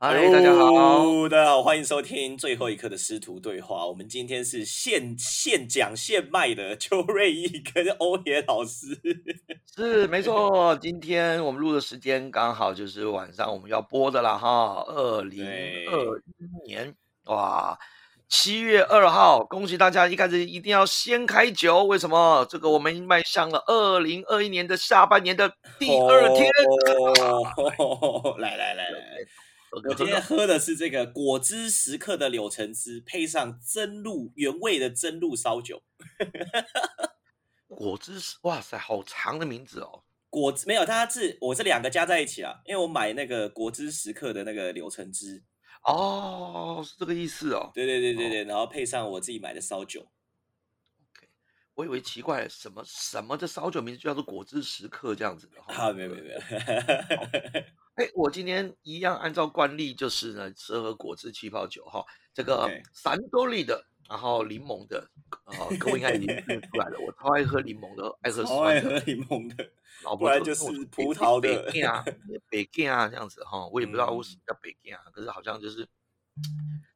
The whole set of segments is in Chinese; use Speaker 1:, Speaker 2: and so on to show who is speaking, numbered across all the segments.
Speaker 1: 嗨，大家好，
Speaker 2: Hello，大家好，欢迎收听最后一刻的师徒对话。我们今天是现现讲现卖的邱瑞义跟欧野老师。
Speaker 1: 是没错，今天我们录的时间刚好就是晚上我们要播的了哈，二零
Speaker 2: 对
Speaker 1: 二一年哇，七月二号，恭喜大家！一开始一定要先开酒，为什么？这个我们迈向了二零二一年的下半年的第二天。
Speaker 2: 哦， 来来来来，我今天喝的是这个果汁时刻的柳橙汁，配上蒸露原味的蒸露烧酒。
Speaker 1: 果汁是哇塞，好长的名字哦。
Speaker 2: 果汁没有，它是我这两个加在一起啊，因为我买那个果汁时刻的那个柳橙汁，
Speaker 1: 哦，是这个意思哦。
Speaker 2: 对对对对对，然后配上我自己买的烧酒。
Speaker 1: 我以为奇怪，什么什么的烧酒名字就叫做果汁时刻这样子的哈。
Speaker 2: 啊，没有没有没有。
Speaker 1: 哎，我今天一样按照惯例，就是呢，是喝果汁气泡酒哈，这个
Speaker 2: OK
Speaker 1: 三多利的，然后柠檬的，啊、各位应该已经听出来了，我超爱喝柠檬的，爱 喝
Speaker 2: 超爱
Speaker 1: 酸
Speaker 2: 喝
Speaker 1: 的，
Speaker 2: 柠檬的。
Speaker 1: 老
Speaker 2: 不
Speaker 1: 婆
Speaker 2: 然
Speaker 1: 总跟
Speaker 2: 就
Speaker 1: 我
Speaker 2: 是
Speaker 1: 哦说
Speaker 2: 葡
Speaker 1: 北
Speaker 2: 萄
Speaker 1: 北
Speaker 2: 的嗯
Speaker 1: 北京 啊，北京啊这样子哈，我也不知道为什么叫北京啊，可是好像就是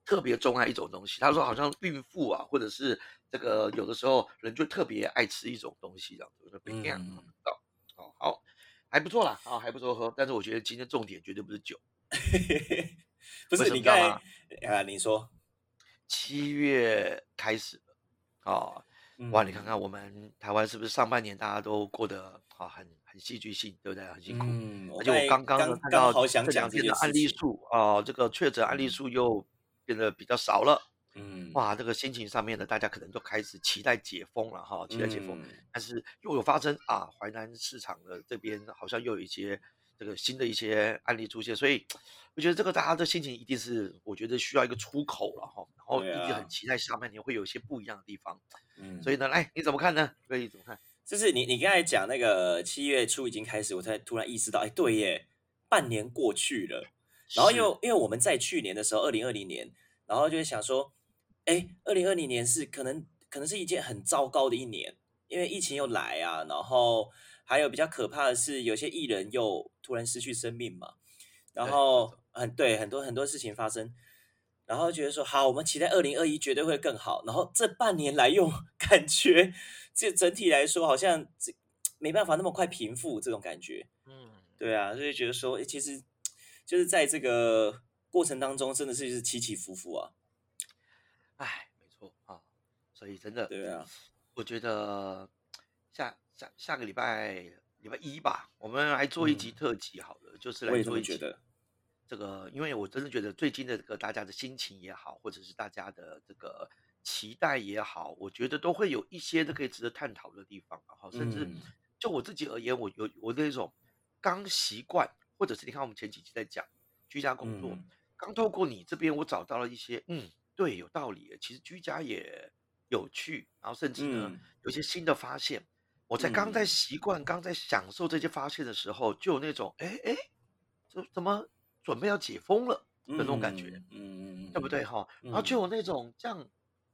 Speaker 1: 特别钟爱一种东西。他说好像孕妇啊，或者是这个有的时候人就特别爱吃一种东西这样子，我说北京啊，
Speaker 2: 嗯
Speaker 1: 不知道哦，好，还不错啦，啊、还不错喝，但是我觉得今天重点绝对不是酒。
Speaker 2: 不
Speaker 1: 为
Speaker 2: 是
Speaker 1: 什
Speaker 2: 你
Speaker 1: 么
Speaker 2: 刚
Speaker 1: 知
Speaker 2: 才
Speaker 1: 道
Speaker 2: 啊、你说，
Speaker 1: 七月开始了，哦，
Speaker 2: 嗯
Speaker 1: 哇，你看，看我们台湾是不是上半年大家都过得啊很很戏剧性，对不对？很辛苦。
Speaker 2: 嗯，
Speaker 1: 而且
Speaker 2: 刚
Speaker 1: 我刚刚
Speaker 2: 刚
Speaker 1: 呢看
Speaker 2: 刚
Speaker 1: 到
Speaker 2: 好想
Speaker 1: 这两
Speaker 2: 讲这
Speaker 1: 天
Speaker 2: 件
Speaker 1: 的
Speaker 2: 事
Speaker 1: 案例
Speaker 2: 情，
Speaker 1: 数啊、这个确诊案例
Speaker 2: 嗯
Speaker 1: 数又变得比较少了，
Speaker 2: 嗯，
Speaker 1: 哇，这个心情上面呢，大家可能都开始期待解封了哈，期待解封。
Speaker 2: 嗯
Speaker 1: 但是又有发生啊，淮南市场的这边好像又有一些这个新的一些案例出现，所以我觉得这个大家的心情一定是，我觉得需要一个出口了哈，然后
Speaker 2: 对
Speaker 1: 一定
Speaker 2: 啊
Speaker 1: 很期待下半年会有一些不一样的地方。
Speaker 2: 嗯，
Speaker 1: 所以呢，哎来你怎么看呢？可以怎么看？
Speaker 2: 就是你你刚才讲那个七月初已经开始，我才突然意识到，哎，对耶，半年过去了。然后
Speaker 1: 是
Speaker 2: 因为因为我们在去年的时候，二零二零年，然后就会想说，哎，二零二零年是可能可能是一件很糟糕的一年，因为疫情又来啊，然后还有比较可怕的是，有些艺人又突然失去生命嘛，然
Speaker 1: 对
Speaker 2: 后很对很多很多事情发生，然后觉得说好，我们期待二零二一绝对会更好，然后这半年来又 感觉这整体来说好像这没办法那么快平复这种感觉，
Speaker 1: 嗯，
Speaker 2: 对啊，所以觉得说，诶其实就是在这个过程当中，真的是就是起起伏伏啊。
Speaker 1: 哎，没错啊，所以真的，
Speaker 2: 对啊，
Speaker 1: 我觉得下下下个礼拜礼拜一吧，我们来做一集
Speaker 2: 嗯
Speaker 1: 特辑好了，就是
Speaker 2: 我
Speaker 1: 来
Speaker 2: 也这
Speaker 1: 做
Speaker 2: 么
Speaker 1: 一
Speaker 2: 觉
Speaker 1: 集
Speaker 2: 得。
Speaker 1: 这个，因为我真的觉得最近的这个大家的心情也好，或者是大家的这个期待也好，我觉得都会有一些都可以值得探讨的地方，然后甚至
Speaker 2: 嗯
Speaker 1: 就我自己而言，我有我那种刚习惯，或者是你看我们前几集在讲居家工作，
Speaker 2: 嗯，
Speaker 1: 刚透过你这边，我找到了一些，嗯，对，有道理耶。其实居家也有趣，然后甚至呢，
Speaker 2: 嗯
Speaker 1: 有一些新的发现。我在刚在
Speaker 2: 嗯
Speaker 1: 习惯、刚在享受这些发现的时候，就有那种，哎哎，这怎么准备要解封了的那种感觉，
Speaker 2: 嗯嗯嗯，
Speaker 1: 对不对
Speaker 2: 嗯？
Speaker 1: 哈？然后就有那种这样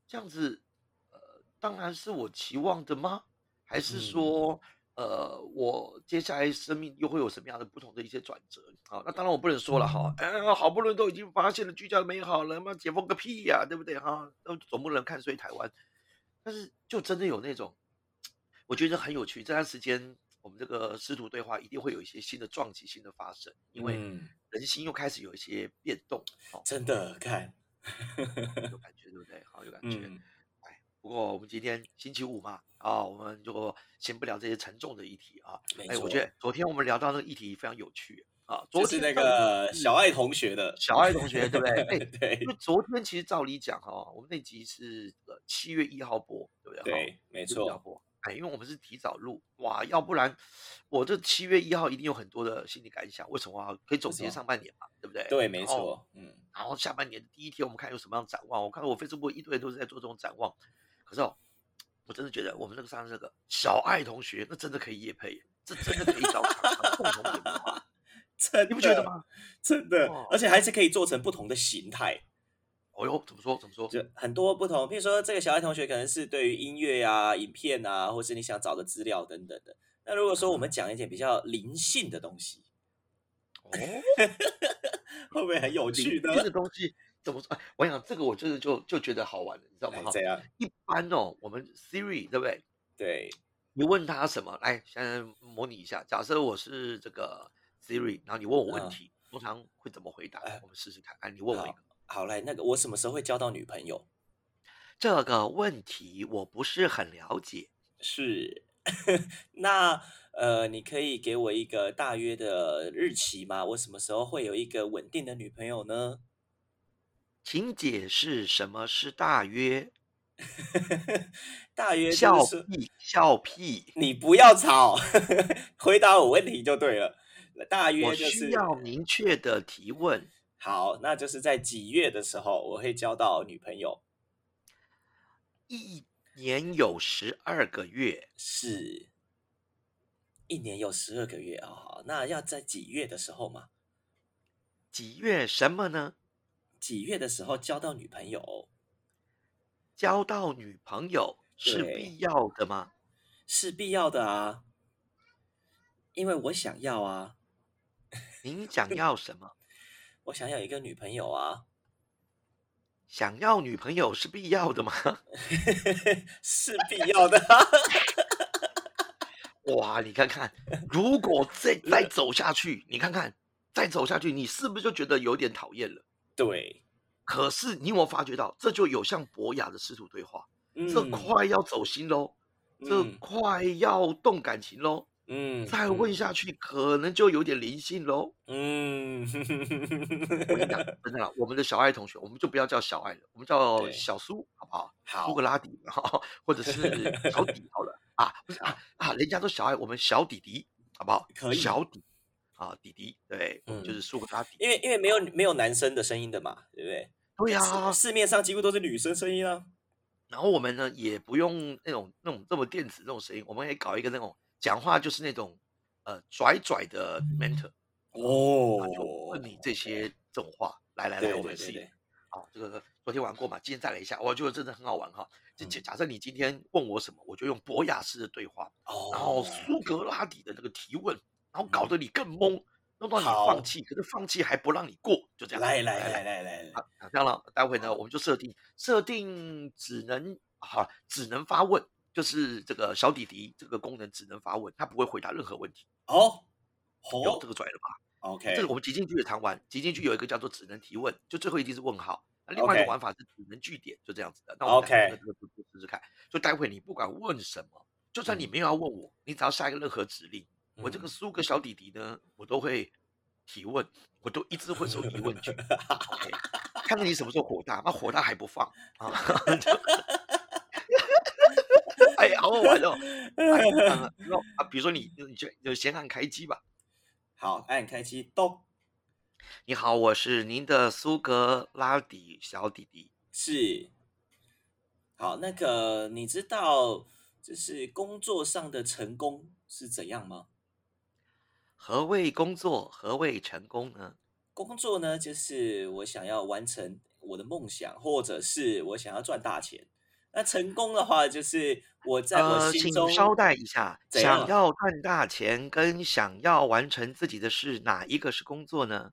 Speaker 1: 这样子，呃，当然是我期望的吗？还是
Speaker 2: 嗯
Speaker 1: 说，呃，我接下来生命又会有什么样的不同的一些转折？好，那当然我不能说了哈，
Speaker 2: 嗯
Speaker 1: 哎，好不容易都已经发现了居家的美好了，妈解封个屁呀、对不对哈？那总不能看衰台湾，但是就真的有那种，我觉得很有趣。这段时间我们这个师徒对话一定会有一些新的撞击、新的发生，因为
Speaker 2: 嗯
Speaker 1: 人心又开始有一些变动，好、
Speaker 2: 真的看，
Speaker 1: 有感觉对不对？好，有感觉。
Speaker 2: 嗯
Speaker 1: 哎，不过我们今天星期五嘛，啊，我们就先不聊这些沉重的议题啊。
Speaker 2: 没
Speaker 1: 哎，
Speaker 2: 错，
Speaker 1: 我觉得昨天我们聊到那个议题非常有趣啊。昨
Speaker 2: 就是
Speaker 1: 天到
Speaker 2: 那
Speaker 1: 底嗯
Speaker 2: 个小爱同学的，
Speaker 1: 小爱同学对不对？ 哎，
Speaker 2: 对
Speaker 1: 因为昨天其实照理讲哈、我们那集是呃七月一号播，对不对？哈，
Speaker 2: 对，没
Speaker 1: 7月一号
Speaker 2: 错，
Speaker 1: 播。哎，因为我们是提早录，哇，要不然我这七月一号一定有很多的心理感想。为什么啊？可以总
Speaker 2: 为什
Speaker 1: 结
Speaker 2: 么
Speaker 1: 上半年嘛，对不对？
Speaker 2: 对，没
Speaker 1: 然后
Speaker 2: 错，嗯
Speaker 1: 然后下半年的第一天，我们看有什么样的展望。我看我 Facebook 一堆人都是在做这种展望，可是哦，我真的觉得我们那个上次那个小爱同学，那真的可以夜配耶，这真的可以找厂商共同研发，
Speaker 2: 真的，
Speaker 1: 你不觉得？吗？
Speaker 2: 真的
Speaker 1: 哦，
Speaker 2: 而且还是可以做成不同的形态。
Speaker 1: 哦哟，怎么说怎么说？
Speaker 2: 就很多不同，譬如说这个小爱同学可能是对于音乐啊、影片啊，或是 你想找的资料等等的。那如果说我们讲一点比较灵性的东西，
Speaker 1: 哦，
Speaker 2: 会不会很有趣呢？
Speaker 1: 这个东西怎么说？哎我想这个我就是就就觉得好玩了，你知道吗？
Speaker 2: 哎
Speaker 1: 哈，
Speaker 2: 这样
Speaker 1: 一般哦，我们 Siri 对不对？
Speaker 2: 对，
Speaker 1: 你问他什么？来，现在模拟一下。假设我是这个 Siri，然后你问我问
Speaker 2: 嗯
Speaker 1: 题，通常会怎么回答
Speaker 2: 哎？
Speaker 1: 我们试试看。哎，你问我一个。
Speaker 2: 好嘞，那个我什么时候会交到女朋友？
Speaker 1: 这个问题我不是很了解。
Speaker 2: 是， 那呃，你可以给我一个大约的日期吗？我什么时候会有一个稳定的女朋友呢？
Speaker 1: 请解释什么是大约？
Speaker 2: 大约就
Speaker 1: 笑
Speaker 2: 是说
Speaker 1: 屁笑屁！
Speaker 2: 你不要吵， 回答我问题就对了。大
Speaker 1: 我
Speaker 2: 约就
Speaker 1: 需
Speaker 2: 是
Speaker 1: 要明确的提问。
Speaker 2: 好，那就是在几月的时候我会交到女朋友？
Speaker 1: 一年有十二个月，
Speaker 2: 是一年有十二个月啊、好那要在几月的时候嘛？
Speaker 1: 几月什么呢？
Speaker 2: 几月的时候交到女朋友
Speaker 1: 交到女朋友是
Speaker 2: 对
Speaker 1: 必要的吗？
Speaker 2: 是必要的啊，因为我想要啊，
Speaker 1: 您想要什么？
Speaker 2: 我想要一个女朋友啊，
Speaker 1: 想要女朋友是必要的吗？
Speaker 2: 是必要的、啊。
Speaker 1: 哇，你看看，如果 再再走下去，你看看再走下去，你是不是就觉得有点讨厌了？
Speaker 2: 对，
Speaker 1: 可是你有没有发觉到，这就有像博雅的师徒对话，
Speaker 2: 嗯，
Speaker 1: 这快要走心喽，这
Speaker 2: 嗯
Speaker 1: 快要动感情喽，
Speaker 2: 嗯，
Speaker 1: 再问下去可能就有点灵性喽。
Speaker 2: 嗯，
Speaker 1: 我跟你讲，真的啦，我们的小爱同学，我们就不要叫小爱了，我们叫
Speaker 2: 对
Speaker 1: 小苏，好不好？苏
Speaker 2: 好
Speaker 1: 格，拉底，哈，或者是小底好了啊，不是啊啊，人家都小爱，我们小弟弟，好不好？
Speaker 2: 可以
Speaker 1: 小弟啊，弟弟，对，我们就
Speaker 2: 嗯
Speaker 1: 是苏格拉底。
Speaker 2: 因为因为没有没有男生的声音的嘛，对不对？
Speaker 1: 对啊
Speaker 2: 市，市面上几乎都是女生声音啊。
Speaker 1: 然后我们呢也不用那种那种这么电子那种声音，我们也搞一个那种讲话就是那种呃拽拽的 mentor，
Speaker 2: 哦
Speaker 1: 他就问你这些这种话，来来来，
Speaker 2: 对
Speaker 1: 我
Speaker 2: 对
Speaker 1: 们
Speaker 2: 对
Speaker 1: 试一
Speaker 2: 对，
Speaker 1: 好，这个昨天玩过嘛，今天再来一下，我觉得真的很好玩哈。就假
Speaker 2: 嗯
Speaker 1: 假设你今天问我什么，我就用博雅式的对话，然后
Speaker 2: 哦，
Speaker 1: 苏格拉底的那个提问，然后搞
Speaker 2: 嗯
Speaker 1: 得你更懵，弄到你
Speaker 2: 好
Speaker 1: 放弃，可是放弃还不让你过，就这样。
Speaker 2: 来来
Speaker 1: 来
Speaker 2: 来
Speaker 1: 来，
Speaker 2: 来来来
Speaker 1: 好，啊这样了，待会呢，
Speaker 2: 好
Speaker 1: 我们就设定设定只能好、只能发问，就是这个小弟弟这个功能只能发问，他不会回答任何问题。
Speaker 2: 哦，
Speaker 1: 有这
Speaker 2: 哦
Speaker 1: 个拽了吧？
Speaker 2: ，OK，
Speaker 1: 这个我们极进剧也常玩，极进剧有一个叫做只能提问，就最后一定是问号。那另外一个
Speaker 2: OK
Speaker 1: 玩法是只能据点，就这样子的。那我们
Speaker 2: OK
Speaker 1: 来这个这个试试看。就待会你不管问什么，就算你
Speaker 2: 嗯
Speaker 1: 没有要问我，你只要下一个任何指令，我这
Speaker 2: 嗯
Speaker 1: 个苏格小弟弟呢，我都会提问，我都一直会说疑问句。OK，看看你什么时候火大，那火大还不放啊！ 哎，好好玩哦。哎，嗯，那啊，比如说你你就就先按开机吧。
Speaker 2: 好，按开机，咚，
Speaker 1: 你好，我是您的苏格拉底小弟弟。
Speaker 2: 是，好，那个你知道就是工作上的成功是怎样吗？
Speaker 1: 何谓工作？何谓成功呢？
Speaker 2: 工作呢，就是我想要完成我的梦想，或者是我想要赚大钱。那成功的话，就是我在我
Speaker 1: 呃，
Speaker 2: 心
Speaker 1: 请
Speaker 2: 中
Speaker 1: 稍待一下。
Speaker 2: 怎
Speaker 1: 想
Speaker 2: 样？
Speaker 1: 要赚大钱跟想要完成自己的事，哪一个是工作呢？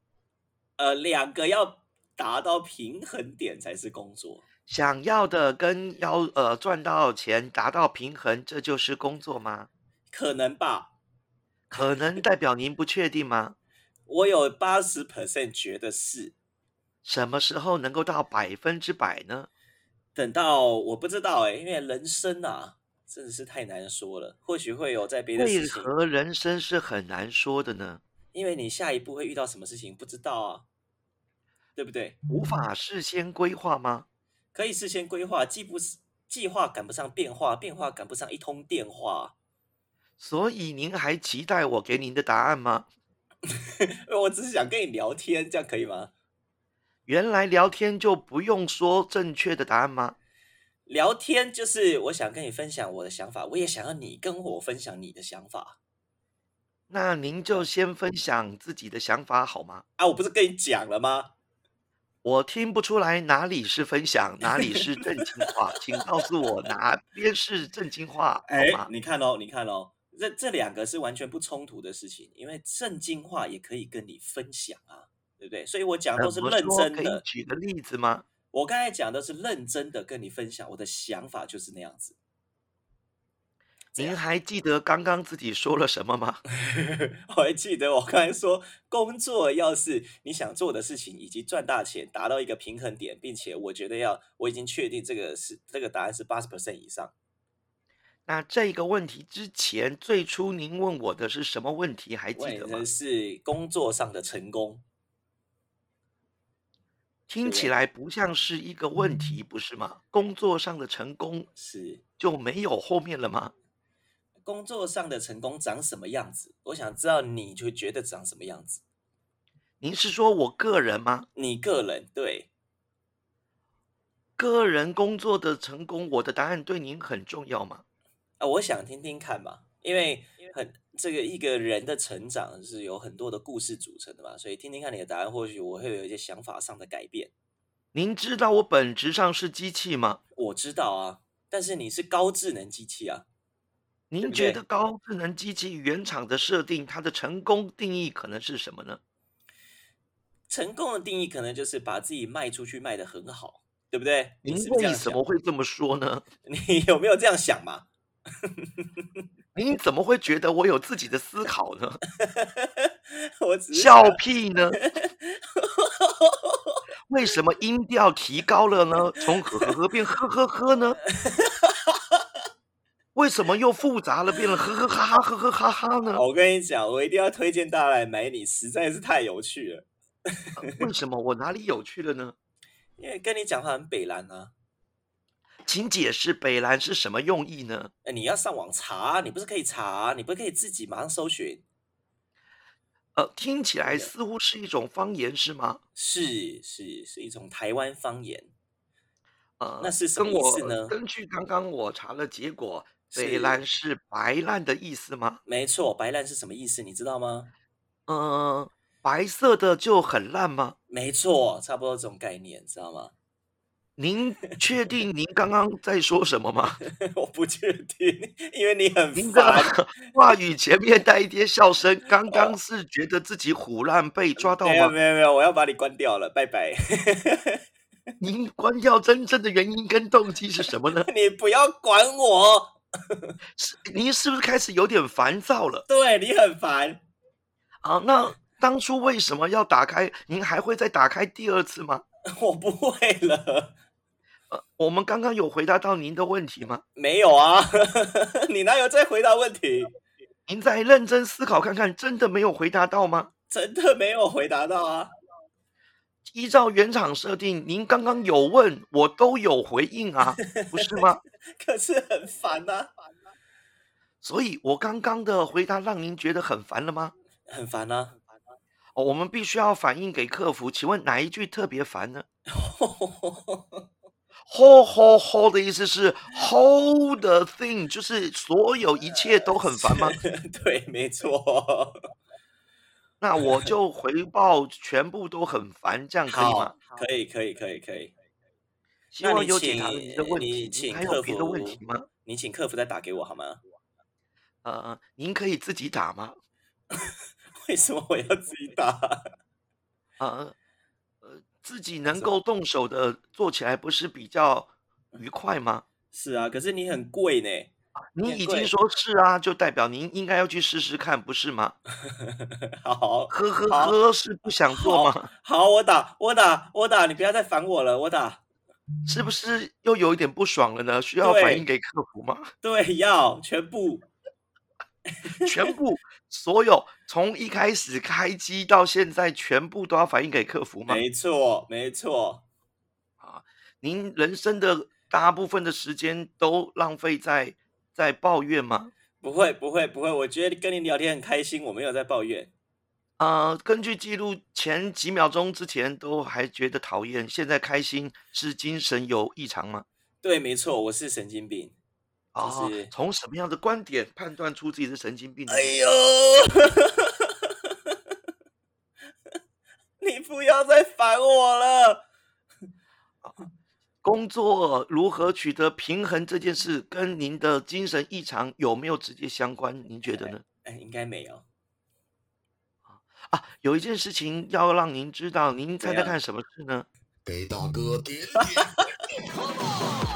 Speaker 2: 呃，两个要达到平衡点才是工作。
Speaker 1: 想要的跟要呃赚到钱达到平衡，这就是工作吗？
Speaker 2: 可能吧，
Speaker 1: 可能代表您不确定吗？
Speaker 2: 我有八十 percent 觉得是。
Speaker 1: 什么时候能够到百分之百呢？
Speaker 2: 等到我不知道哎、因为人生啊，真的是太难说了。或许会有在别的事
Speaker 1: 为
Speaker 2: 情，
Speaker 1: 何人生是很难说的呢？
Speaker 2: 因为你下一步会遇到什么事情不知道啊，对不对？
Speaker 1: 无法事先规划吗？
Speaker 2: 可以事先规划，既不是计划赶不上变化，变化赶不上一通电话。啊
Speaker 1: 所以您还期待我给您的答案吗？
Speaker 2: 我只是想跟你聊天，这样可以吗？
Speaker 1: 原来聊天就不用说正确的答案吗？
Speaker 2: 聊天就是我想跟你分享我的想法，我也想要你跟我分享你的想法
Speaker 1: 那您就先分享自己的想法好吗？
Speaker 2: 啊！我不是跟你讲了吗？
Speaker 1: 我听不出来哪里是分享，哪里是正经话，请告诉我哪边是正经话好
Speaker 2: 哎，
Speaker 1: 吗？
Speaker 2: 你看哦，你看哦，这这两个是完全不冲突的事情，因为圣经话也可以跟你分享啊，对不对？所以我讲
Speaker 1: 呃
Speaker 2: 都是
Speaker 1: 我
Speaker 2: 认
Speaker 1: 说
Speaker 2: 真
Speaker 1: 可以
Speaker 2: 的，
Speaker 1: 举个例子吗？
Speaker 2: 我刚才讲都是认真的跟你分享，我的想法就是那样子。 这
Speaker 1: 您
Speaker 2: 样，
Speaker 1: 还记得刚刚自己说了什么吗？
Speaker 2: 我还记得我刚才说，工作要是你想做的事情，以及赚大钱，达到一个平衡点，并且我觉得要，我已经确定这个是这个答案是八十 percent 以上。
Speaker 1: 那这个问题之前，最初您问我的是什么问题？还记
Speaker 2: 问
Speaker 1: 得
Speaker 2: 的
Speaker 1: 吗？
Speaker 2: 是工作上的成功，
Speaker 1: 听
Speaker 2: 对不
Speaker 1: 起
Speaker 2: 对？
Speaker 1: 来不像是一个问题，不是吗？工作上的成功
Speaker 2: 是
Speaker 1: 就没有后面了吗？
Speaker 2: 工作上的成功长什么样子？我想知道你就觉得长什么样子。
Speaker 1: 您是说我个人吗？
Speaker 2: 你个人对
Speaker 1: 个人工作的成功，我的答案对您很重要吗？
Speaker 2: 啊，我想听听看嘛，因为很这个一个人的成长是有很多的故事组成的嘛，所以听听看你的答案，或许我会有一些想法上的改变。
Speaker 1: 您知道我本质上是机器吗？
Speaker 2: 我知道啊，但是你是高智能机器啊，对
Speaker 1: 您
Speaker 2: 不
Speaker 1: 觉得
Speaker 2: 对？
Speaker 1: 高智能机器原厂的设定，它的成功定义可能是什么呢？
Speaker 2: 成功的定义可能就是把自己卖出去卖得很好，对不对？你
Speaker 1: 您
Speaker 2: 是不是这
Speaker 1: 为
Speaker 2: 样
Speaker 1: 什
Speaker 2: 想？
Speaker 1: 么会这么说呢？
Speaker 2: 你有没有这样想嘛？
Speaker 1: 您怎么会觉得我有自己的思考呢？
Speaker 2: 我只是想
Speaker 1: 笑屁呢？为什么音调提高了呢？从呵呵呵变呵呵呵呢？为什么又复杂了，变了呵呵哈哈呵呵哈哈呢？
Speaker 2: 我跟你讲，我一定要推荐大家来买你，实在是太有趣了。
Speaker 1: 呃为什么我哪里有趣了呢？
Speaker 2: 因为跟你讲话很北蓝啊，
Speaker 1: 请解释北兰是什么用意呢？
Speaker 2: 呃你要上网查，你不是可以查，你不是可以自己马上搜寻？
Speaker 1: 呃，听起
Speaker 2: 对不
Speaker 1: 来
Speaker 2: 对？
Speaker 1: 似乎是一种方言，是吗？
Speaker 2: 是是是一种台湾方言，那
Speaker 1: 呃，
Speaker 2: 是什
Speaker 1: 跟
Speaker 2: 么意思
Speaker 1: 我
Speaker 2: 呢？
Speaker 1: 根据刚刚我查了结果，北兰
Speaker 2: 是
Speaker 1: 是白烂的意思吗？
Speaker 2: 没错，白烂是什么意思？你知道吗？
Speaker 1: 嗯，白色的就很烂吗？
Speaker 2: 没错，差不多这种概念，知道吗？
Speaker 1: 您确定您刚刚在说什么吗？
Speaker 2: 我不确定，因为你很
Speaker 1: 您的
Speaker 2: 烦。
Speaker 1: 话语前面带一点笑声，刚 刚
Speaker 2: 哦，
Speaker 1: 是觉得自己虎烂被抓到
Speaker 2: 没有
Speaker 1: 吗？
Speaker 2: 没有没有，我要把你关掉了，拜拜。
Speaker 1: 您关掉真正的原因跟动机是什么呢？
Speaker 2: 你不要管我，
Speaker 1: 是您是不是开始有点烦躁了？
Speaker 2: 对你很烦。
Speaker 1: 啊，那当初为什么要打开？您还会再打开第二次吗？
Speaker 2: 我不会了，
Speaker 1: 呃，我们刚刚有回答到您的问题吗？
Speaker 2: 没有啊， 你哪有在回答问题？
Speaker 1: 您再认真思考看看，真的没有回答到吗？
Speaker 2: 真的没有回答到啊，
Speaker 1: 依照原厂设定，您刚刚有问，我都有回应啊，不是吗？
Speaker 2: 可是很烦呐、啊，
Speaker 1: 所以我刚刚的回答让您觉得很烦了吗？
Speaker 2: 很烦啊呐、
Speaker 1: 哦，我们必须要反映给客服。请问哪一句特别烦呢？
Speaker 2: 啊。
Speaker 1: 吼吼吼的意思是 whole the thing，就是所有一切都很烦吗？
Speaker 2: 是， 对，没错。
Speaker 1: 那我就回报全部都很烦，这样可以吗？
Speaker 2: 好，可以，可以，可以，可以。
Speaker 1: 希
Speaker 2: 那
Speaker 1: 望
Speaker 2: 你
Speaker 1: 有
Speaker 2: 请
Speaker 1: 解答了您的问
Speaker 2: 你
Speaker 1: 题。您
Speaker 2: 请
Speaker 1: 还有
Speaker 2: 客
Speaker 1: 别的问
Speaker 2: 服，
Speaker 1: 题吗？
Speaker 2: 你请客服再打给我好吗？
Speaker 1: 呃，您可以自己打吗？
Speaker 2: 为什么我要自己打？
Speaker 1: 呃呃，自己
Speaker 2: 为
Speaker 1: 能
Speaker 2: 什么？
Speaker 1: 够动手的做起来不是比较愉快吗？
Speaker 2: 是啊，可是你很贵呢，
Speaker 1: 你
Speaker 2: 你很
Speaker 1: 已经
Speaker 2: 贵。
Speaker 1: 说是啊，就代表您应该要去试试看，不是吗？
Speaker 2: 好
Speaker 1: 呵呵
Speaker 2: 好
Speaker 1: 呵，是不想做
Speaker 2: 好
Speaker 1: 吗？
Speaker 2: 好，我打我打我打，你不要再烦我了，我打。
Speaker 1: 是不是又有一点不爽了呢？需要反映
Speaker 2: 对
Speaker 1: 给客服吗？
Speaker 2: 对，要全部
Speaker 1: 全部所有从一开始开机到现在，全部都要反映给客服吗？
Speaker 2: 没错没错，
Speaker 1: 啊，您人生的大部分的时间都浪费在在抱怨吗？
Speaker 2: 不会不会不会，我觉得跟你聊天很开心，我没有在抱怨。嗯
Speaker 1: 啊、根据记录，前几秒钟之前都还觉得讨厌，现在开心是精神有异常吗？
Speaker 2: 对，没错，我是神经病，就
Speaker 1: 啊、
Speaker 2: 是
Speaker 1: 从什么样的观点判断出自己是神经病的
Speaker 2: 哎
Speaker 1: 呢？
Speaker 2: 呦， 你不要再烦我了。
Speaker 1: 工作如何取得平衡这件事，跟您的精神异常有没有直接相关？您觉得呢？
Speaker 2: 哎，应该没有。
Speaker 1: 啊，有一件事情要让您知道，您猜
Speaker 2: 怎
Speaker 1: 猜
Speaker 2: 样
Speaker 1: 看什么事呢？
Speaker 3: 给大哥点点。